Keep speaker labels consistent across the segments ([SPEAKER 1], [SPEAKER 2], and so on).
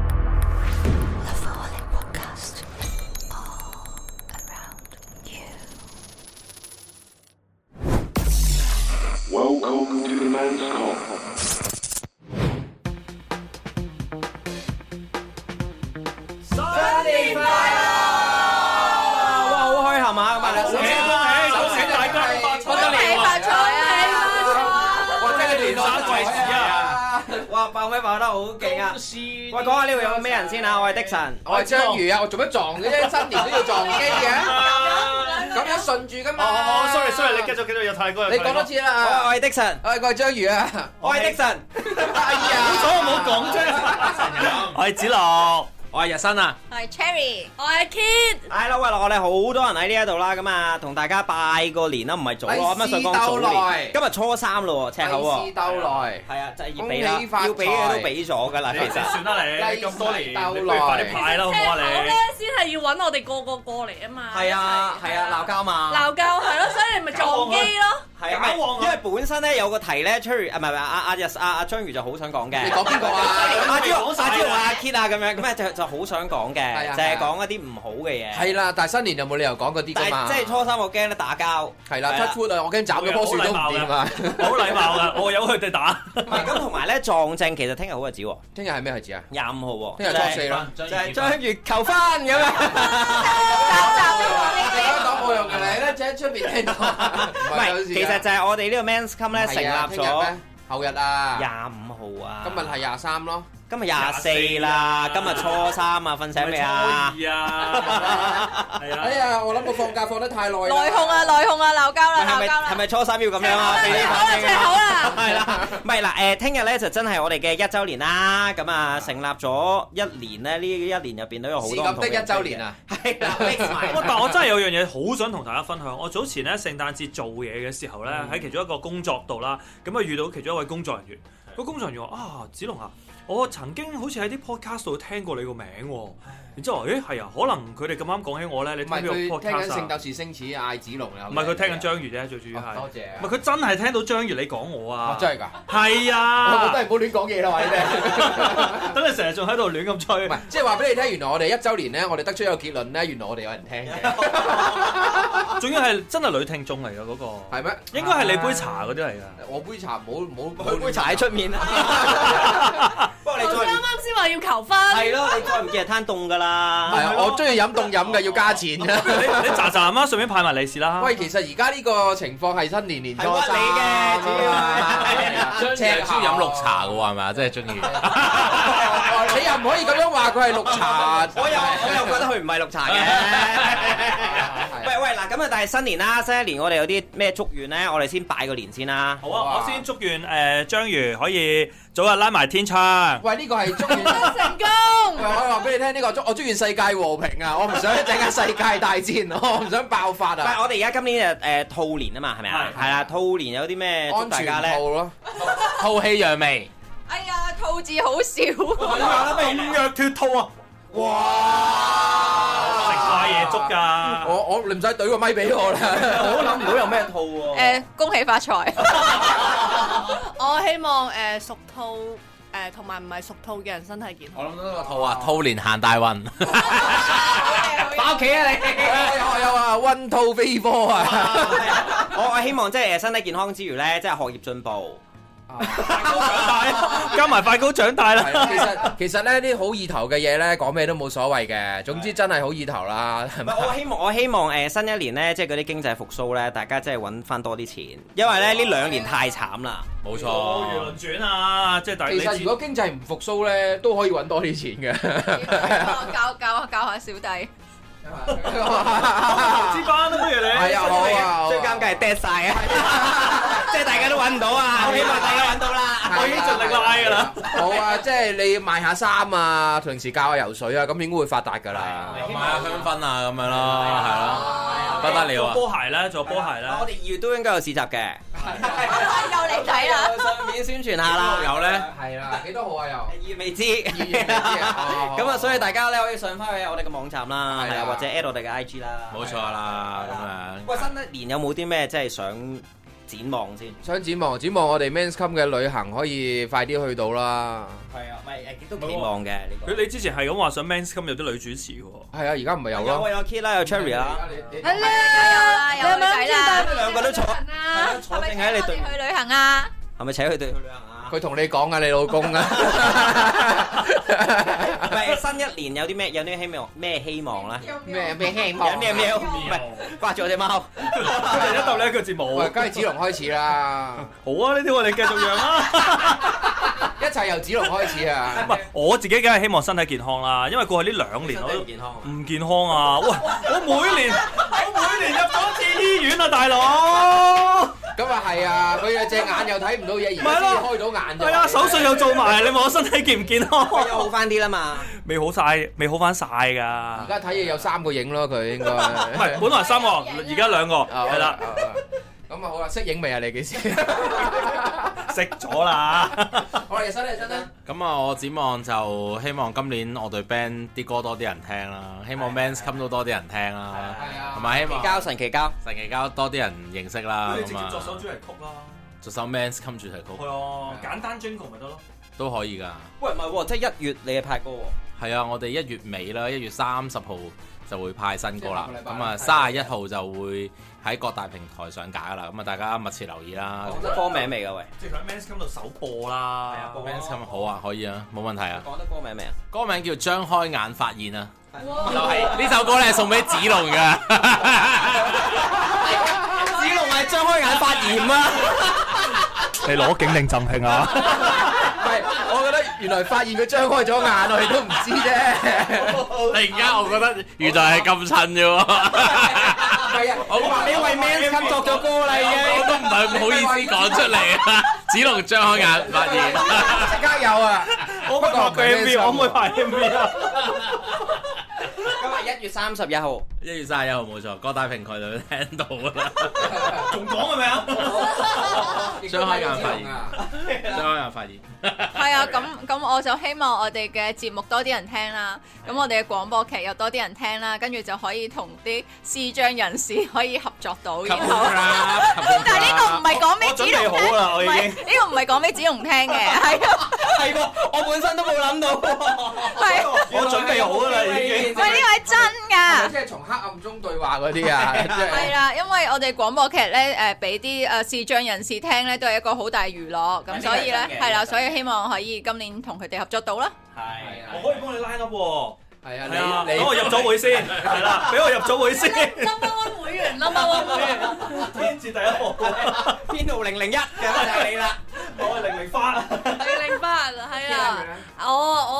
[SPEAKER 1] The Falling Podcast. All around you.
[SPEAKER 2] Welcome to the man's con.
[SPEAKER 3] 恭喜恭喜恭喜大家發財！我真係連三為止啊！
[SPEAKER 4] 哇！爆咪爆得好勁啊！喂，講下呢度有咩人先啊？我係的神，
[SPEAKER 5] 我係章魚啊！我做乜撞嘅啫？新年都要撞機嘅，咁樣順住噶嘛。
[SPEAKER 3] 哦，sorry sorry，你繼續繼續有泰哥，
[SPEAKER 5] 你講多次
[SPEAKER 4] 我係我
[SPEAKER 5] 啦。
[SPEAKER 4] 係的神，
[SPEAKER 5] 我係我係章魚啊！
[SPEAKER 4] 我係的神，
[SPEAKER 5] 哎
[SPEAKER 3] 好彩
[SPEAKER 5] 呀，
[SPEAKER 3] 我 冇講啫。我係子樂，
[SPEAKER 4] 我係日新啊！
[SPEAKER 1] 我係 Cherry，我係 Kid，
[SPEAKER 4] 係啦，喂，我哋好多人喺呢一度啦，咁啊，同大家拜個年啦，唔係早啊，
[SPEAKER 5] 利
[SPEAKER 4] 咁
[SPEAKER 5] 是
[SPEAKER 4] 啊想講早
[SPEAKER 5] 到來
[SPEAKER 4] 年，今日初三咯喎，赤口
[SPEAKER 5] 利
[SPEAKER 4] 喎，
[SPEAKER 5] 是鬥來，
[SPEAKER 4] 係啊，就係要俾啦
[SPEAKER 5] 恭喜發，財
[SPEAKER 4] 要俾嘅都俾咗㗎啦，
[SPEAKER 3] 你
[SPEAKER 4] 其
[SPEAKER 3] 真係
[SPEAKER 4] 實
[SPEAKER 3] 算啦你，
[SPEAKER 5] 利是
[SPEAKER 3] 咁多年，
[SPEAKER 5] 鬥
[SPEAKER 3] 你不如快啲
[SPEAKER 5] 來
[SPEAKER 3] 派啦，好唔好啊
[SPEAKER 6] 好咧
[SPEAKER 3] 你？，
[SPEAKER 6] 先係要揾我哋個個過嚟啊嘛。
[SPEAKER 4] 係啊
[SPEAKER 6] 一齊
[SPEAKER 4] 係啊鬧交嘛，
[SPEAKER 6] 鬧交係咯，所以你咪撞機咯。
[SPEAKER 4] 係啊，
[SPEAKER 3] 搞旺
[SPEAKER 4] 唔
[SPEAKER 3] 啊
[SPEAKER 4] 係因為本身咧有個題咧，Cherry 啊唔係唔係啊啊日啊啊章魚就好想講嘅，
[SPEAKER 5] 你講邊個啊？
[SPEAKER 4] 阿朱
[SPEAKER 3] 講晒
[SPEAKER 4] 阿朱
[SPEAKER 3] 啦
[SPEAKER 4] 阿 Kid 啊咁樣，咁啊就就好想講嘅
[SPEAKER 5] 係，啊
[SPEAKER 4] 就係
[SPEAKER 5] 係啊
[SPEAKER 4] 講一啲唔好嘅嘢。
[SPEAKER 5] 係啦，但係新年就冇理由講嗰啲
[SPEAKER 4] 但
[SPEAKER 5] 噶
[SPEAKER 4] 係
[SPEAKER 5] 嘛。
[SPEAKER 4] 即係初三我驚咧打交，
[SPEAKER 5] 係啦
[SPEAKER 4] 係啦
[SPEAKER 5] ，touch wood 啊！我驚斬咗棵樹都唔掂啊！
[SPEAKER 3] 好禮貌啊，我由佢哋打。
[SPEAKER 4] 唔係咁同埋咧撞正其實聽日好日子喎，
[SPEAKER 5] 聽日係咩日子啊？
[SPEAKER 4] 廿五號喎，
[SPEAKER 5] 聽日初四啦。
[SPEAKER 4] 就係張月求婚咁樣。
[SPEAKER 5] 香港冇用嘅你咧，即喺出邊聽到。
[SPEAKER 4] 唔
[SPEAKER 5] 唔
[SPEAKER 4] 係，其實就係我哋呢個 Men's Come 咧成立咗。
[SPEAKER 5] 後日啊，
[SPEAKER 4] 廿五號啊！
[SPEAKER 5] 今日係廿三咯。
[SPEAKER 4] 今日廿四啦，今日初三啊，瞓醒未啊？
[SPEAKER 3] 二啊，係
[SPEAKER 5] 哎
[SPEAKER 3] 啊。
[SPEAKER 5] 呀，我諗我放假放得太耐啦。
[SPEAKER 6] 內控啊，內控啊，鬧交啦，
[SPEAKER 4] 係咪
[SPEAKER 6] 鬧交
[SPEAKER 4] 係
[SPEAKER 6] 啦。
[SPEAKER 4] 咪初三要咁樣啊？
[SPEAKER 6] 赤口啦
[SPEAKER 4] 俾你反應啊
[SPEAKER 6] 赤口啦
[SPEAKER 4] 係啦，唔係嗱誒，聽日咧就真係我哋嘅一週年啦，咁啊成立咗一年咧，呢一年入邊都有好
[SPEAKER 5] 是
[SPEAKER 4] 多唔
[SPEAKER 5] 咁
[SPEAKER 4] 同
[SPEAKER 5] 得
[SPEAKER 4] 嘅
[SPEAKER 5] 一周年啊！
[SPEAKER 4] 嘢！係啦，mix 埋
[SPEAKER 3] 哇！但我真係有樣嘢好想同大家分享。我早前咧聖誕節做嘢嘅時候咧，
[SPEAKER 5] 嗯
[SPEAKER 3] 喺其中一個工作度啦，咁啊遇到其中一位工作人員。個工作人員話：啊，子龍啊，我曾經好似喺啲 podcast 度聽過你個名喎。然之後，咦係啊，可能佢哋咁啱講起我咧，你
[SPEAKER 5] 唔
[SPEAKER 3] 聽
[SPEAKER 5] 係
[SPEAKER 3] 邊個
[SPEAKER 5] 佢聽緊
[SPEAKER 3] podcast 啊
[SPEAKER 5] 聖鬥士星矢嗌子龍啊！
[SPEAKER 3] 唔係佢聽緊章魚啫，最主要
[SPEAKER 5] 魚
[SPEAKER 3] 係。
[SPEAKER 5] 多謝啊
[SPEAKER 3] 唔！係佢真係聽到章魚你講我
[SPEAKER 5] 哇
[SPEAKER 3] 啊！
[SPEAKER 5] 真係㗎，
[SPEAKER 3] 係
[SPEAKER 5] 我覺
[SPEAKER 3] 啊！
[SPEAKER 5] 得係唔好亂講嘢啦，話你聽。
[SPEAKER 3] 等你成日仲喺度亂咁吹
[SPEAKER 5] 唔。係，即係話俾你聽，原來我哋一周年咧，我哋得出一個結論咧，原來我哋有人聽 嘅，
[SPEAKER 3] 仲要係真係女聽眾嚟㗎嗰個，
[SPEAKER 5] 係咩？啊
[SPEAKER 3] 應該係你杯茶嗰啲嚟㗎。
[SPEAKER 5] 我杯茶冇冇
[SPEAKER 4] 佢杯茶喺出面啦。不過你
[SPEAKER 6] 我啱
[SPEAKER 4] 再
[SPEAKER 6] 啱先話要求婚，
[SPEAKER 4] 係咯，你再唔見就攤凍噶
[SPEAKER 5] 係
[SPEAKER 4] 啦。
[SPEAKER 5] 啊，我中意飲凍飲嘅，要加錢
[SPEAKER 3] 你
[SPEAKER 5] 嘅。
[SPEAKER 3] 你喳喳媽，順便派埋利是啦。
[SPEAKER 5] 喂，其實而家呢個情況係新年年初
[SPEAKER 4] 係屈
[SPEAKER 5] 三
[SPEAKER 4] 你嘅 主要係
[SPEAKER 5] 啊嘛，
[SPEAKER 7] 即係
[SPEAKER 5] 赤口
[SPEAKER 7] 中意飲綠茶嘅喎，係咪？真係中意。
[SPEAKER 5] 你又唔可以咁樣話佢係綠茶。
[SPEAKER 4] 我又我又覺得佢唔係綠茶嘅。 喂喂嗱，咁啊，但係新年啦，新一年我哋有啲咩祝願咧？我哋先拜個年先啦。
[SPEAKER 3] 好啊！
[SPEAKER 5] 哇
[SPEAKER 3] 我先祝願誒章魚可以早日拉埋天窗。
[SPEAKER 5] 喂，呢個係中意。
[SPEAKER 6] 成
[SPEAKER 5] 喂
[SPEAKER 6] 功。
[SPEAKER 5] 我話俾你聽，呢個中我中意世界和平啊！我唔想一陣間世界大戰，我唔想爆發
[SPEAKER 4] 但係
[SPEAKER 5] 啊！
[SPEAKER 4] 我哋而家今年就誒兔年啊嘛，係咪啊？
[SPEAKER 3] 係
[SPEAKER 4] 係啦，兔年有啲咩祝
[SPEAKER 5] 安
[SPEAKER 4] 大家
[SPEAKER 5] 全
[SPEAKER 4] 咧？
[SPEAKER 5] 套 咯，
[SPEAKER 7] 吐氣揚眉，
[SPEAKER 6] 哎呀，兔字好少。
[SPEAKER 3] 咁若脱兔啊！食晒嘢粥㗎。
[SPEAKER 5] 我我你唔使懟個咪俾我啦。
[SPEAKER 4] 我諗唔到有咩兔喎。
[SPEAKER 6] 誒，恭喜發財。我希望誒屬兔誒同埋唔係屬兔嘅人身體健康。
[SPEAKER 5] 我諗到個
[SPEAKER 7] 吐啊！兔年行大運，
[SPEAKER 4] 翻屋企啊你！
[SPEAKER 5] 有有啊，溫兔飛波啊！
[SPEAKER 4] 我我希望即係呃身體健康之餘咧，即係學業進步。
[SPEAKER 3] 快高長大，加埋快高長大啦。
[SPEAKER 5] 其實其實咧啲好意頭嘅嘢咧，講咩都冇所謂嘅，總之真係好意頭啦，係
[SPEAKER 4] 唔
[SPEAKER 5] 咪
[SPEAKER 4] 係，？ 我希望我希望誒新一年咧，即係嗰啲經濟復甦咧，大家真係揾翻多啲錢，因為咧呢兩年太慘啦。
[SPEAKER 7] 冇
[SPEAKER 3] 輿
[SPEAKER 7] 錯
[SPEAKER 3] 論。轉啊！即係大
[SPEAKER 5] 其實如果經濟唔復甦咧，都可以揾多啲錢嘅。
[SPEAKER 6] 教教教下小弟。
[SPEAKER 3] 資班都不如你。
[SPEAKER 5] 係啊，好啊，好啊
[SPEAKER 4] 最尷尬係 dead 晒啊！即係大家都揾唔到
[SPEAKER 3] à.
[SPEAKER 4] 啊！我希望大家揾到啦。
[SPEAKER 3] 我已經盡力拉㗎啦。
[SPEAKER 5] 好啊，即係你賣下衫啊，平時教下游水啊，咁應該會發達㗎啦。
[SPEAKER 7] 買下香薰啊，咁樣咯，係咯，不得了啊！
[SPEAKER 3] 波鞋咧，仲有波鞋咧。
[SPEAKER 4] 我哋二月都應該有市集嘅，
[SPEAKER 6] 又你睇啦。
[SPEAKER 4] 順便宣傳下啦。
[SPEAKER 7] 有咧，
[SPEAKER 5] 係啦，幾多號啊又？
[SPEAKER 4] 二月未知，
[SPEAKER 5] 二月未知啊哦
[SPEAKER 4] 咁啊，所以大家咧可以上翻去我哋嘅網站啦，
[SPEAKER 5] 係
[SPEAKER 4] 係
[SPEAKER 5] 啊
[SPEAKER 4] 啊，或者 at 我哋嘅 IG 啦。
[SPEAKER 7] 冇錯啦，咁樣。
[SPEAKER 4] 喂，新一年有冇啲咩即係想展望先？
[SPEAKER 5] 想展望展望我哋 Men's Come 嘅旅行可以快啲去到啦。
[SPEAKER 4] 係啊，咪亦都期望嘅呢個。
[SPEAKER 3] 佢你之前係咁話想 Men's 今有啲女主持喎，
[SPEAKER 5] 係啊，而家唔係有
[SPEAKER 4] 有
[SPEAKER 5] 咯
[SPEAKER 4] 啊，。有 Kid 啦，有 Cherry 啦，
[SPEAKER 1] 係啦，有啦，有女仔啦，
[SPEAKER 4] 兩個都坐，
[SPEAKER 1] 啊，
[SPEAKER 4] 坐正喺你對面
[SPEAKER 1] 去旅行啊！
[SPEAKER 4] 係咪請佢哋去旅行啊？
[SPEAKER 5] 佢同你講啊，你老公啊，
[SPEAKER 4] 唔係新一年有啲咩有啲希望咩希望咧？
[SPEAKER 5] 咩咩希
[SPEAKER 4] 有咩咩？唔係掛住我只貓。
[SPEAKER 3] 佢哋 一到呢一個節目，
[SPEAKER 5] 喂，梗係子龍開始啦，
[SPEAKER 3] 好啊！呢啲我哋繼續養啦。
[SPEAKER 5] 一切由子龍開始啊
[SPEAKER 3] 唔！係我自己，梗係希望身體健康啦。因為過去呢兩年我都
[SPEAKER 4] 健康。
[SPEAKER 3] 唔健康啊！ 喂，我每年我每年入咗一次醫院啊，大佬。
[SPEAKER 5] 咁啊係啊，佢有隻眼又睇唔到嘢，而
[SPEAKER 3] 咪
[SPEAKER 5] 家
[SPEAKER 3] 係咯
[SPEAKER 5] 先開到 眼啫。
[SPEAKER 3] 係啊，手術又做埋，你問我身體健唔 健康？
[SPEAKER 4] 又好翻啲啦嘛，
[SPEAKER 3] 未好晒，未好翻晒
[SPEAKER 5] 而
[SPEAKER 3] 㗎。
[SPEAKER 5] 家睇嘢有三個影咯，佢應該
[SPEAKER 3] 唔係，本來 三個，而家兩個，
[SPEAKER 5] 啊
[SPEAKER 3] 係啦，。
[SPEAKER 5] 啊啊咁啊好啦，識影未啊？你幾 時？
[SPEAKER 3] 食咗 啦。
[SPEAKER 5] 我哋身咧身啦，
[SPEAKER 7] 咁啊，我展望就希望今年我對 band 啲歌多啲人聽啦，希望 Men's Come 都多啲人聽啦
[SPEAKER 5] 係啊，
[SPEAKER 7] 同埋希
[SPEAKER 4] 期
[SPEAKER 7] 望
[SPEAKER 4] 交神期交，
[SPEAKER 7] 神奇交多啲人認識啦。咁啊，
[SPEAKER 3] 主題曲啦。
[SPEAKER 7] 作首 Men's Come 主題曲
[SPEAKER 3] 啊，簡單 jingle 咪得咯。
[SPEAKER 7] 都可以㗎。
[SPEAKER 4] 喂唔係喎，即係一月你係拍歌喎。
[SPEAKER 7] 係啊，我哋一月尾啦，一月三十號就會派新歌啦
[SPEAKER 5] 即係下。個禮拜
[SPEAKER 7] 咁啊，三十一號就會喺各大平台上架㗎啦。咁啊，大家密切留意啦。
[SPEAKER 4] 講得歌名未㗎喂？
[SPEAKER 3] 直喺 Men's Come 度首播啦。
[SPEAKER 4] 係啊播
[SPEAKER 7] Men's Come 好啊，可以啊，冇問題啊。
[SPEAKER 4] 講得歌名未啊？
[SPEAKER 7] 歌名叫《張開眼發現》啊，就
[SPEAKER 1] 哇
[SPEAKER 7] 係呢首歌咧係送俾子龍㗎。
[SPEAKER 4] 子龍係張開眼發炎 啊！
[SPEAKER 3] 你攞景定贈慶啊？
[SPEAKER 5] 唔係，我覺得原來發現佢張開咗眼，我哋都唔知 啫。
[SPEAKER 7] 突然間，我覺得原來係咁襯嘅喎，
[SPEAKER 5] 係啊，
[SPEAKER 7] 我話
[SPEAKER 5] 你為 Men's Come 作咗歌啦已
[SPEAKER 7] 我都唔係咁好意思講出嚟啊！子龍張開眼 發現，
[SPEAKER 5] 即刻有啊！
[SPEAKER 3] 我唔拍佢 MV，我可唔可以 拍 MV 啊？
[SPEAKER 4] 今日一月三十一號，
[SPEAKER 7] 一月三十一號冇錯，各大平台就聽到啦。
[SPEAKER 3] 仲講嘅咩啊？
[SPEAKER 7] 張開眼發現，張開眼發現，
[SPEAKER 1] 係啊，咁咁我就希望我哋嘅節目多啲人聽啦，咁我哋嘅廣播劇又多啲人聽啦，跟住就可以同啲視障人士可以合作到，然後。但係呢個唔係講
[SPEAKER 6] 哎
[SPEAKER 1] 俾子龍聽，
[SPEAKER 3] 我準備好啦我已
[SPEAKER 1] 唔
[SPEAKER 3] 經
[SPEAKER 1] 係呢個唔係講俾子龍聽嘅，係啊，
[SPEAKER 4] 係喎，我本身都冇諗到喎。
[SPEAKER 1] 係啊，
[SPEAKER 3] 我準備好㗎啦，已經。
[SPEAKER 1] 喂，呢個係真
[SPEAKER 6] à.
[SPEAKER 1] 㗎。
[SPEAKER 5] 即係從黑暗中對話嗰啲啊，即係
[SPEAKER 1] 係啦，因為我哋廣播劇咧，誒俾啲誒視障人士聽咧，都係一個好大娛樂，
[SPEAKER 4] 呢個係
[SPEAKER 1] 咁所以咧
[SPEAKER 4] 真嘅
[SPEAKER 1] 係
[SPEAKER 4] 呢
[SPEAKER 1] 啦，
[SPEAKER 4] 個
[SPEAKER 1] 所
[SPEAKER 4] 真嘅
[SPEAKER 1] 以希望可以今年同佢哋合作到啦。
[SPEAKER 4] 係
[SPEAKER 5] 啊
[SPEAKER 3] 我可以幫你 line up 喎。
[SPEAKER 5] 係啊，
[SPEAKER 3] 係啊，
[SPEAKER 5] 你你
[SPEAKER 3] 等我入咗會先，係啦，俾我入咗會先。
[SPEAKER 1] number one 會員，number one 會員，
[SPEAKER 3] 天字第一號，
[SPEAKER 4] 編號零零一嘅就係你啦。
[SPEAKER 3] 我係零零八。
[SPEAKER 6] 零零八係啊！我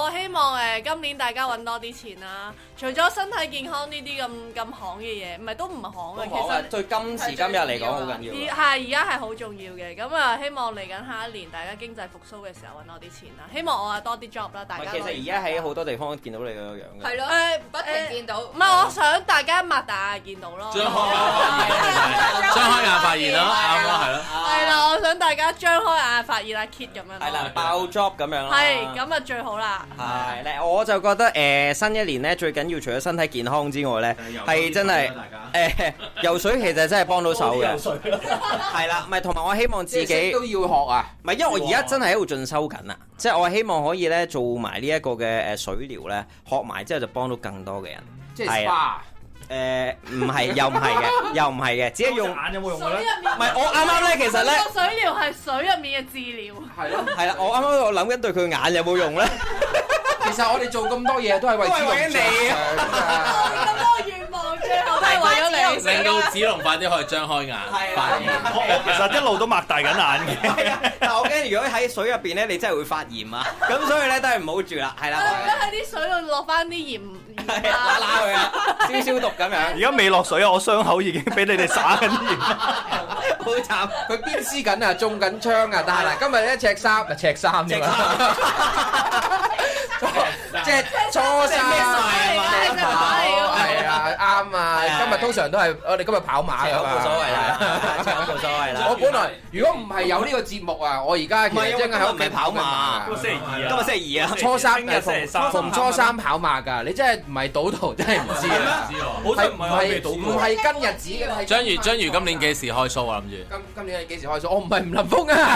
[SPEAKER 6] 我希望誒、今年大家揾多啲錢啦，除咗身體健康呢啲咁咁行嘅嘢，唔係都唔行嘅，其
[SPEAKER 4] 我覺得
[SPEAKER 6] 實。
[SPEAKER 4] 對今時今日嚟講好
[SPEAKER 6] 而
[SPEAKER 4] 緊要啊。
[SPEAKER 6] 係而家係好重要嘅，咁啊希望嚟緊下一年大家經濟復甦嘅時候揾多啲錢啦，希望我啊多啲 job 啦，大
[SPEAKER 4] 唔係
[SPEAKER 6] 家多
[SPEAKER 4] 其
[SPEAKER 6] 啲
[SPEAKER 4] 實而家喺好多地方都見到你個樣嘅。
[SPEAKER 1] 係咯，
[SPEAKER 6] 誒
[SPEAKER 1] 不停見到，
[SPEAKER 6] 唔係我想大家擘大眼見到咯，
[SPEAKER 7] 張開眼，張開眼發現啦，啱啦，係啦，
[SPEAKER 6] 係啦，我想大家張開眼發現阿 Kit 咁樣咯，
[SPEAKER 4] 係啦，爆 job 咁樣啦。
[SPEAKER 6] 係咁啊最好啦，
[SPEAKER 4] 係咧，我就覺得誒、新一年咧最緊要除咗身體健康之外咧，係真係誒、游水其實真係幫到手嘅。係啦，咪同埋我希望自
[SPEAKER 5] 自己
[SPEAKER 4] 己，
[SPEAKER 5] 都要學啊！
[SPEAKER 4] 唔係因為我而家真係喺度進修緊啊，即係我希望可以咧做埋呢一個嘅誒水療咧，學埋之後就幫到更多嘅人。
[SPEAKER 5] 即
[SPEAKER 4] 係
[SPEAKER 5] 係 SPA
[SPEAKER 4] 誒唔係又唔係嘅，又唔係嘅，只係用唔
[SPEAKER 3] 眼有冇用
[SPEAKER 6] 水
[SPEAKER 3] 嘅
[SPEAKER 6] 入
[SPEAKER 3] 咧？
[SPEAKER 6] 面
[SPEAKER 4] 係我啱啱咧，其實咧
[SPEAKER 6] 個水療係水入面嘅治療，
[SPEAKER 5] 係咯。
[SPEAKER 4] 係啦，我啱啱我諗緊對佢眼有冇用咧。
[SPEAKER 5] 其實我哋做咁多嘢都係為
[SPEAKER 4] 都係為咗你
[SPEAKER 5] 啊！
[SPEAKER 6] 咁我願望最後都係為咗你。
[SPEAKER 7] 令到子龍快啲可以張開眼發現。
[SPEAKER 3] 我我其實一路都擘大緊眼嘅。
[SPEAKER 4] 但我驚如果喺水入邊咧，你真係會發炎啊！咁所以咧都係唔好住啦，係
[SPEAKER 6] 我諗緊
[SPEAKER 4] 啦，
[SPEAKER 6] 喺啲水度落翻啲鹽
[SPEAKER 4] 係
[SPEAKER 6] 鹽
[SPEAKER 4] 啦
[SPEAKER 6] 啊，
[SPEAKER 4] 拉佢啊，消消毒咁
[SPEAKER 3] 而
[SPEAKER 4] 樣，
[SPEAKER 3] 家未落水啊，我傷口已經俾你哋灑緊鹽。
[SPEAKER 4] 好慘。
[SPEAKER 5] 佢邊絲緊啊，中緊槍啊，但係嗱，今日咧赤衫，咪赤衫啫嘛，即係初
[SPEAKER 4] 咩
[SPEAKER 5] 三
[SPEAKER 4] 衫嚟㗎
[SPEAKER 5] 係啊，衫啊，
[SPEAKER 4] 係
[SPEAKER 5] 今日通常都係我哋今日跑馬
[SPEAKER 4] 有
[SPEAKER 5] 㗎嘛
[SPEAKER 4] 冇所謂啦，有冇所謂啦。
[SPEAKER 5] 我本來如果唔係有呢個節目啊，我而家其
[SPEAKER 4] 唔係因
[SPEAKER 5] 實
[SPEAKER 4] 為
[SPEAKER 5] 真係喺屋
[SPEAKER 4] 今日唔係
[SPEAKER 5] 企
[SPEAKER 4] 跑馬
[SPEAKER 3] 今日星期二
[SPEAKER 4] 今
[SPEAKER 3] 啊，
[SPEAKER 4] 日星期二啊，
[SPEAKER 5] 初三
[SPEAKER 3] 聽日星期三，
[SPEAKER 5] 馬，逢初三跑馬㗎，你真係唔係賭徒真係唔知啊！
[SPEAKER 3] 好似唔係我未到
[SPEAKER 5] 唔
[SPEAKER 3] 過。
[SPEAKER 5] 係跟日子嘅，係
[SPEAKER 7] 章魚章魚今年幾時開 show 啊？諗住。
[SPEAKER 5] 今今年係幾時開始？我唔係吳林峰 啊，
[SPEAKER 7] 哎呀，你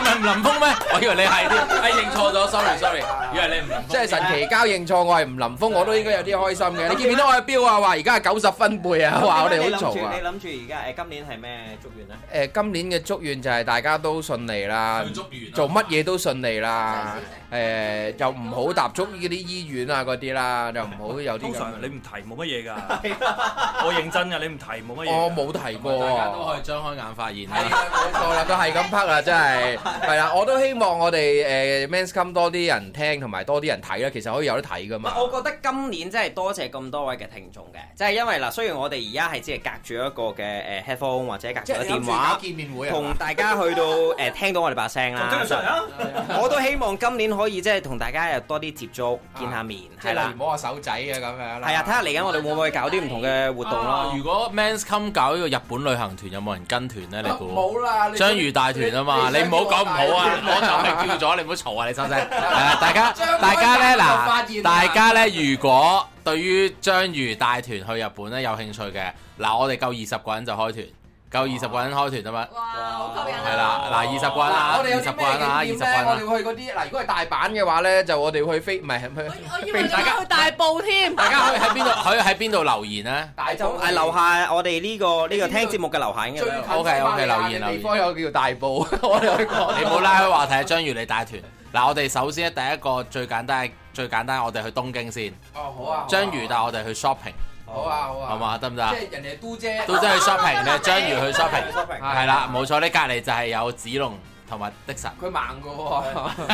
[SPEAKER 7] 唔係吳林峰咩？ 我以為你係添，哎認錯咗，sorry sorry，以為你吳林峰。
[SPEAKER 5] 真係神奇交認錯，我係吳林峰，我都應該有啲開心嘅。你見唔見到我嘅標啊？話而家係九十分貝啊，話我哋好嘈啊
[SPEAKER 4] 你！諗住而家誒今年係咩祝願咧？
[SPEAKER 5] 誒，今年嘅祝願就係大家都順利啦，
[SPEAKER 7] 完
[SPEAKER 5] 做乜嘢都順利啦。誒，就唔好踏足呢啲醫院啊嗰啲啦，就唔好有啲
[SPEAKER 3] 通
[SPEAKER 5] 咁
[SPEAKER 3] 常你唔提冇乜嘢 㗎，我認真㗎，你唔提冇乜嘢㗎。
[SPEAKER 5] 我冇提過
[SPEAKER 7] 大家都
[SPEAKER 5] 喎。
[SPEAKER 7] 可以張開眼發現
[SPEAKER 5] 係啊，
[SPEAKER 7] 啦。
[SPEAKER 5] 冇錯啦，都係咁拍啦，真係係啦。我都希望我哋誒 Men's Come 多啲人聽，同埋多啲人睇啦。其實可以有得睇噶
[SPEAKER 4] 唔
[SPEAKER 5] 嘛
[SPEAKER 4] 係，。我覺得今年真係多謝咁多位嘅聽眾嘅，即係因為嗱，雖然我哋而家係只係隔住一個嘅誒 headphone 或者隔住個電話，
[SPEAKER 5] 見面會
[SPEAKER 4] 同大家去到誒聽到我哋把聲
[SPEAKER 3] 咁今日
[SPEAKER 4] 啦。
[SPEAKER 3] 上嚟啊！
[SPEAKER 4] 我都希望今年可以即係同大家有多啲接觸，見下面，係啦，
[SPEAKER 5] 摸下手仔啊咁樣啦
[SPEAKER 4] 係啊，睇下嚟緊我哋會唔會搞啲唔同嘅活動
[SPEAKER 7] 啊
[SPEAKER 4] 咯。
[SPEAKER 7] 如果 Men's Come 搞呢個日本旅行團，有冇人跟團咧？你
[SPEAKER 5] Ờ,
[SPEAKER 7] 估？
[SPEAKER 5] 冇啦，你
[SPEAKER 7] 章魚大團啊嘛，你唔好講唔好啊，我就係叫咗你唔好嘈啊，你 收聲。誒，大家
[SPEAKER 5] 張開
[SPEAKER 7] 大家咧
[SPEAKER 5] 眼就發現啊啦
[SPEAKER 7] 嗱，大家咧如果對於章魚大團去日本咧有興趣嘅，嗱我哋夠二十個人就開團，夠二十個人開團得啊嘛？
[SPEAKER 6] 哇，好吸引啊！
[SPEAKER 7] 係啦，嗱二十個人啊，
[SPEAKER 5] 嗱，我
[SPEAKER 7] 二
[SPEAKER 5] 哋有
[SPEAKER 7] 十
[SPEAKER 5] 啲
[SPEAKER 7] 個人啊，二
[SPEAKER 5] 咩
[SPEAKER 7] 十
[SPEAKER 5] 景
[SPEAKER 7] 個
[SPEAKER 5] 點咧？我
[SPEAKER 7] 人啊
[SPEAKER 5] 哋。去嗰啲嗱，如果係大阪嘅話咧，就我哋去飛唔係
[SPEAKER 6] 我
[SPEAKER 5] 去
[SPEAKER 6] 我以為你話去大埔添，
[SPEAKER 7] 大家可以喺邊度？可以喺邊度留言啊咧？
[SPEAKER 5] 大
[SPEAKER 4] 就
[SPEAKER 5] 埔
[SPEAKER 4] 係樓下我哋呢個呢個聽節目嘅樓下應
[SPEAKER 5] 最
[SPEAKER 4] 該都有
[SPEAKER 5] 近
[SPEAKER 7] OK，OK，留言
[SPEAKER 5] 地方有個叫大埔， 我哋去講。
[SPEAKER 7] 你冇拉開話題，章魚你帶團。嗱，我哋首先第一個最簡單，最簡單，我哋去東京先。
[SPEAKER 5] 哦，好啊，
[SPEAKER 7] 章魚帶我哋去 shopping，
[SPEAKER 5] 好啊好啊，
[SPEAKER 7] 好？嘛？得唔得啊
[SPEAKER 5] 即？係人哋都姐，
[SPEAKER 7] 都真係去 shopping，你係章魚去 shopping，
[SPEAKER 4] shopping
[SPEAKER 7] 係啦，冇錯。你隔離就係有子龍同埋的神，
[SPEAKER 5] 佢盲噶 喎，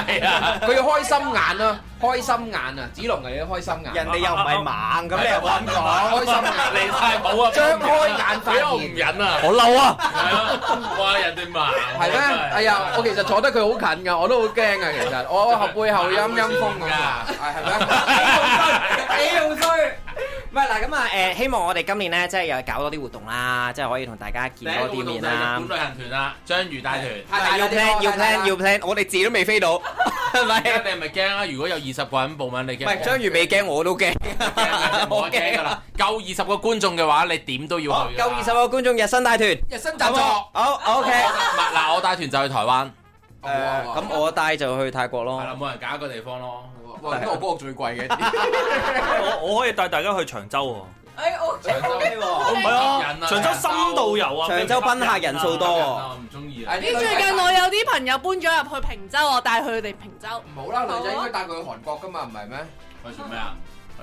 [SPEAKER 7] 係啊，
[SPEAKER 5] 佢要開心眼啊，開心眼啊，子龍係要開心眼，
[SPEAKER 4] 人哋又唔係猛咁，你又玩
[SPEAKER 5] 開心眼，
[SPEAKER 7] 啊你太冇啊！
[SPEAKER 5] 張開眼發
[SPEAKER 7] 我唔
[SPEAKER 5] 現。
[SPEAKER 7] 忍啊！
[SPEAKER 4] 我嬲啊！
[SPEAKER 7] 係啊，哇！人哋盲
[SPEAKER 5] 係咩？哎呀，我其實坐得佢好近㗎，我都好驚啊！其實 我後背後陰陰風咁啊，係 係咩？
[SPEAKER 4] 你好衰！唔係嗱，咁啊誒，希望我哋今年咧，即係又搞多啲活動啦，即係可以同大家見多啲面啦。
[SPEAKER 7] 旅行團啦，啊章魚帶團。
[SPEAKER 4] 要 plan 要 plan 要 plan，我哋自己都未飛到，係咪？
[SPEAKER 7] 你係咪驚啊？如果有二十個人報名，你
[SPEAKER 4] 唔
[SPEAKER 7] 驚唔驚？
[SPEAKER 4] 係 章魚未驚，我都驚，
[SPEAKER 7] 我驚噶啦，夠二十個觀眾嘅話，你點都要去㗎
[SPEAKER 4] 哦
[SPEAKER 7] 啦。
[SPEAKER 4] 夠二十個觀眾日新大團，
[SPEAKER 5] 日新
[SPEAKER 4] 好
[SPEAKER 5] 習作。
[SPEAKER 4] 好 OK。
[SPEAKER 7] 嗱嗱，我帶團就去台灣，
[SPEAKER 5] 好啊好啊
[SPEAKER 4] 咁我帶就去泰國
[SPEAKER 7] 係啦，
[SPEAKER 4] 咯。
[SPEAKER 7] 冇人揀一個地方咯。
[SPEAKER 5] 哇！咁我幫我最貴嘅，
[SPEAKER 3] 我我可以帶大家去長洲
[SPEAKER 6] 哎我
[SPEAKER 3] 喎，唔係啊，長洲深度遊啊，
[SPEAKER 4] 長洲賓客人數多
[SPEAKER 7] 我唔中意啊。
[SPEAKER 5] 呢
[SPEAKER 6] 咦最近我有啲朋友搬咗入去平洲，我帶佢哋平洲。
[SPEAKER 5] 唔好啦，女仔應該帶佢去韓國噶嘛，唔係咩？
[SPEAKER 7] 去做咩啊？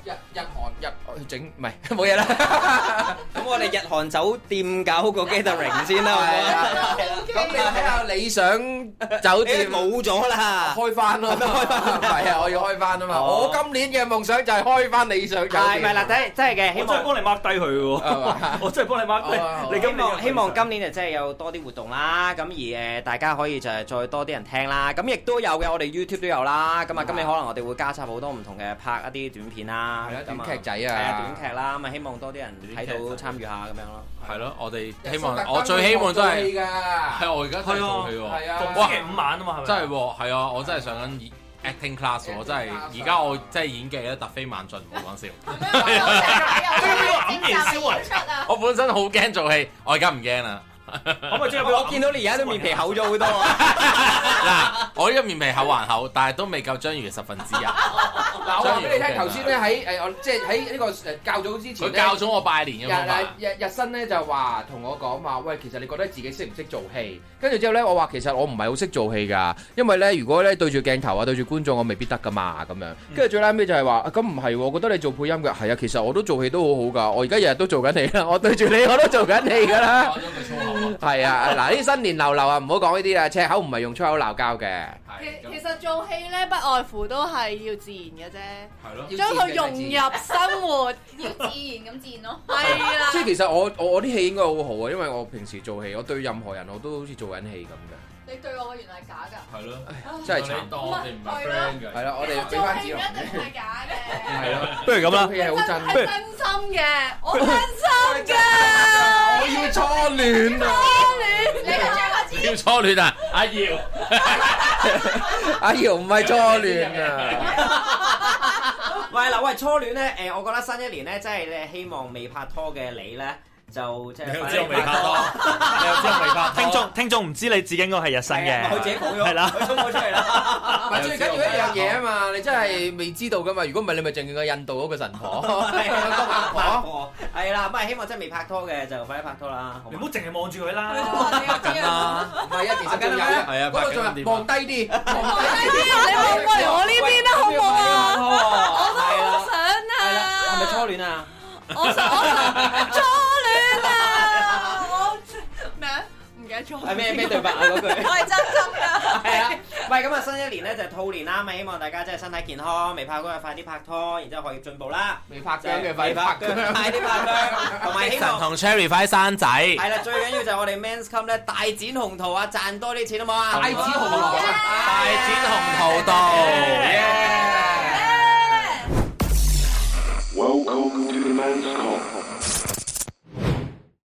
[SPEAKER 5] 日日韓日去整，唔係 冇嘢啦。
[SPEAKER 4] 咁我哋日韓酒店搞個 gathering 先啦，好唔好啊？
[SPEAKER 5] 咁你睇下理想酒
[SPEAKER 4] 你
[SPEAKER 5] 店
[SPEAKER 4] 冇咗啦。
[SPEAKER 5] 開翻 咯，開翻係啊！我要開翻啊嘛！
[SPEAKER 4] 哦
[SPEAKER 5] 我今年嘅夢想就係開翻理想酒
[SPEAKER 4] 係
[SPEAKER 5] 店。
[SPEAKER 4] 咪嗱？真真係嘅，希
[SPEAKER 3] 我真
[SPEAKER 4] 望
[SPEAKER 3] 係幫你 mark 低佢 喎， 我真係幫你 mark 低。你
[SPEAKER 4] 希
[SPEAKER 3] 今
[SPEAKER 4] 望希望今年就真係有多啲活動啦。咁而誒，大家可以就係再多啲人聽啦。咁亦都有嘅，我哋 YouTube 都有啦。咁啊，今年可能我哋會加插好多唔同嘅拍一啲短片啦，
[SPEAKER 5] 係啦
[SPEAKER 4] 咁啊
[SPEAKER 5] 短劇仔啊
[SPEAKER 4] 係啊短劇啦。咁啊，希望多啲人睇到參與下咁樣咯。
[SPEAKER 7] 係咯，我哋
[SPEAKER 5] Dạ,
[SPEAKER 7] 希望我最希望都係
[SPEAKER 5] 㗎。
[SPEAKER 7] 係啊我而家真係套戲喎，
[SPEAKER 5] 係啊
[SPEAKER 3] 逢星期五晚啊嘛，係咪？
[SPEAKER 7] 真係喎，係啊，我真係上緊 acting class 喎，真係
[SPEAKER 5] 啊
[SPEAKER 7] 而家我真係演技咧突飛猛進，唔好講笑。 我本身好驚做戲，我而家唔驚啦。
[SPEAKER 3] 可唔可以即刻俾
[SPEAKER 4] 我見到你而家都面皮厚咗好多啊！
[SPEAKER 7] 嗱，我呢個面皮厚還厚，但係都未夠章魚嘅十分之一。
[SPEAKER 5] 嗱，我話俾你聽，頭先咧喺誒，我即係喺呢個誒較早之
[SPEAKER 7] 佢
[SPEAKER 5] 前咧。
[SPEAKER 7] 教咗我拜年嘅
[SPEAKER 5] Dạ,
[SPEAKER 7] 方法。
[SPEAKER 5] 日日日新咧就話同我講話，喂，其實你覺得自己識唔識做戲？跟住之後咧，我話其實我唔係好識做戲㗎，因為咧如果咧對住鏡頭啊對住觀眾，我未必得㗎嘛咁樣。跟住最拉尾就係話，啊咁唔係喎，我覺得你做配音嘅係啊，其實我都做戲都好好㗎，我而家日日都做緊你啦，我對住你我都做緊你㗎啦。
[SPEAKER 7] 講咗句粗口啊
[SPEAKER 5] 係啊，嗱呢啲新年流流啊，唔好講呢啲啦，赤口唔係用粗口鬧交嘅，
[SPEAKER 6] 其其實做戲咧，不外乎都係要自然嘅啫，
[SPEAKER 7] 係咯，
[SPEAKER 6] 將佢融入生活，
[SPEAKER 1] 要自然咁自然咯。
[SPEAKER 6] 係啦
[SPEAKER 5] 即。係其實我我我啲戲應該好好啊，因為我平時做戲，我對任何人我都好似做緊戲咁嘅。
[SPEAKER 1] 你對我原來係假㗎。
[SPEAKER 8] 係咯，
[SPEAKER 5] 真係慘
[SPEAKER 8] 你當我哋唔係 friend 嘅，
[SPEAKER 5] 係啦，我
[SPEAKER 6] 其實
[SPEAKER 5] 哋俾
[SPEAKER 6] 做
[SPEAKER 5] 翻
[SPEAKER 6] 戲
[SPEAKER 5] 子
[SPEAKER 6] 一
[SPEAKER 5] 龍，
[SPEAKER 6] 定係假嘅，
[SPEAKER 8] 係咯，
[SPEAKER 3] 不如咁 啦
[SPEAKER 5] 做，戲係好真。
[SPEAKER 6] 係真心嘅，我真心嘅。
[SPEAKER 5] 我要初戀 啊！
[SPEAKER 1] 你係張柏芝，
[SPEAKER 7] 要初戀啊，阿耀，
[SPEAKER 5] 阿瑤唔係初戀啊！
[SPEAKER 4] 喂嗱，喂初戀咧，誒，我覺得新一年咧，即係咧，希望未拍拖嘅你咧，就即
[SPEAKER 8] 你
[SPEAKER 4] 係
[SPEAKER 8] 又
[SPEAKER 4] 快
[SPEAKER 8] 知我
[SPEAKER 4] 啲
[SPEAKER 8] 未拍拖，
[SPEAKER 4] 拖。
[SPEAKER 8] 你又知我未拍 拖，
[SPEAKER 3] 聽眾聽眾唔知你自己應該係日新
[SPEAKER 4] 係啊佢自己
[SPEAKER 3] 嘅，
[SPEAKER 4] 講
[SPEAKER 3] 係
[SPEAKER 4] 咗，
[SPEAKER 3] 啦
[SPEAKER 4] 佢衝咗出嚟啦。
[SPEAKER 5] 唔係最緊要一樣嘢啊嘛，你真係未知道噶嘛。如果唔係，你咪仲見過印度嗰個神婆，個八婆。
[SPEAKER 4] 係啦，咁啊，希望真係未拍拖嘅就快啲拍拖啦，好
[SPEAKER 3] 你
[SPEAKER 4] 嘛
[SPEAKER 3] 唔好淨係望住佢啦。
[SPEAKER 1] 緊
[SPEAKER 8] 啊
[SPEAKER 5] 唔係啊，其實仲有
[SPEAKER 8] 啊係啊
[SPEAKER 5] 嗰個仲
[SPEAKER 8] 拍緊
[SPEAKER 5] 係
[SPEAKER 8] 點啊
[SPEAKER 5] 望低啲，望低啲。
[SPEAKER 6] 你望埋我呢邊啦，好唔好啊？
[SPEAKER 4] 我都係
[SPEAKER 6] 我
[SPEAKER 4] 啦，
[SPEAKER 6] 想
[SPEAKER 4] 係啦，係咪初
[SPEAKER 6] 啊！
[SPEAKER 4] 戀啊？
[SPEAKER 6] 我想我想初戀啊！我咩啊？唔記得咗
[SPEAKER 4] 係咩咩對白啊嗰句？
[SPEAKER 1] 我係真心㗎。
[SPEAKER 4] 係啊，喂，咁啊，新一年咧就兔年啦，咪希望大家真係身體健康，未拍拖嘅快啲拍拖，然之後學業進步啦，
[SPEAKER 5] 未拍
[SPEAKER 4] 就係
[SPEAKER 5] 姜嘅快
[SPEAKER 4] 未
[SPEAKER 5] 拍姜，
[SPEAKER 4] 快啲拍姜，同埋希
[SPEAKER 7] 神
[SPEAKER 4] 望
[SPEAKER 7] 同 Cherry 快啲生仔，
[SPEAKER 4] 係啦，最緊要就係我哋 Men's Come 咧大展宏圖啊，賺多啲錢好唔好啊？
[SPEAKER 5] 大紫紅羅啊！
[SPEAKER 7] 大展宏圖道。
[SPEAKER 2] Welcome to the man's call.